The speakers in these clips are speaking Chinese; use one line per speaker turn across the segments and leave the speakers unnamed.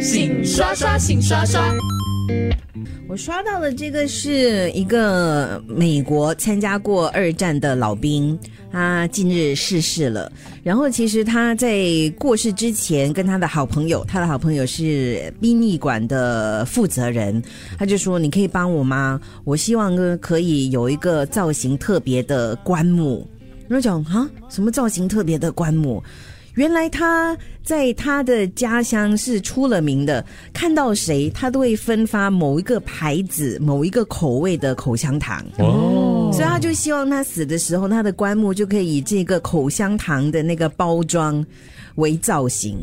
醒刷刷，醒刷刷。
我刷到的这个是一个美国参加过二战的老兵，他近日逝世了。然后其实他在过世之前，跟他的好朋友，他的好朋友是殡仪馆的负责人，他就说：“你可以帮我吗？我希望呢可以有一个造型特别的棺木。”然后讲啊，什么造型特别的棺木？原来他在他的家乡是出了名的，看到谁他都会分发某一个牌子、某一个口味的口香糖，
哦，
所以他就希望他死的时候，他的棺木就可以以这个口香糖的那个包装为造型。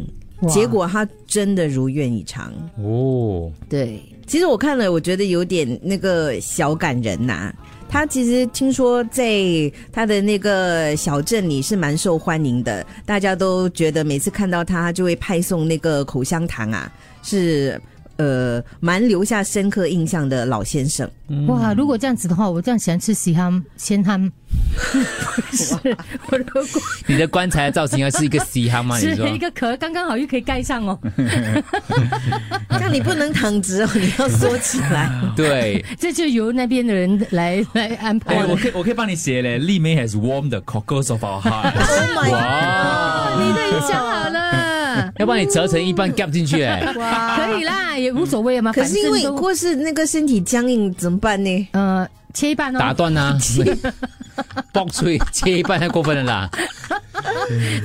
结果他真的如愿以偿。
哦，
对，其实我看了，我觉得有点那个小感人呐、他其实听说在他的那个小镇里是蛮受欢迎的，大家都觉得每次看到他就会派送那个口香糖啊，是呃蛮留下深刻印象的老先生。
哇，如果这样子的话，我这样喜欢吃喜ham、鲜ham，
你的棺材的造型要是一个 C 哈吗？你
吃哎
说
一个壳刚刚好又可以盖上哦。
这样你不能躺直哦，你要缩起来。
对，
这就由那边的人来来安
哎、
排
我
了。
可以我可以帮你写嘞。丽妹 has warmed the cockles of our heart。
Oh my god！
哇，
你都已经想好了，
要把你折成一半 gap 进去 哎，
可以啦，也无所谓嘛。
可是因为
反正都
过世那个身体僵硬怎么办呢？
呃切一半
打
哦，
断 啊，爆脆切一半太过分了啦。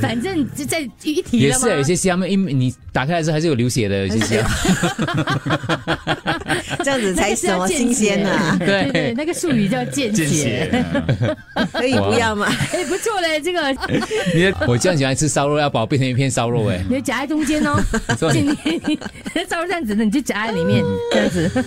反正就在一体
也
了嘛
是啊，有些 C 哈，因为你打开的时候还是有流血的，有些 C 哈。
这样子
那
才
个是
什
要
么
见
新鲜
血
啊？
对对，那个术语叫见
见
血
血。，
可以不要吗？
哎，不错嘞，这个
你的 我这样喜欢吃烧肉，要把我变成一片烧肉哎。
你夹在中间哦，
所以
你照这样子的，你就夹在里面，这样子。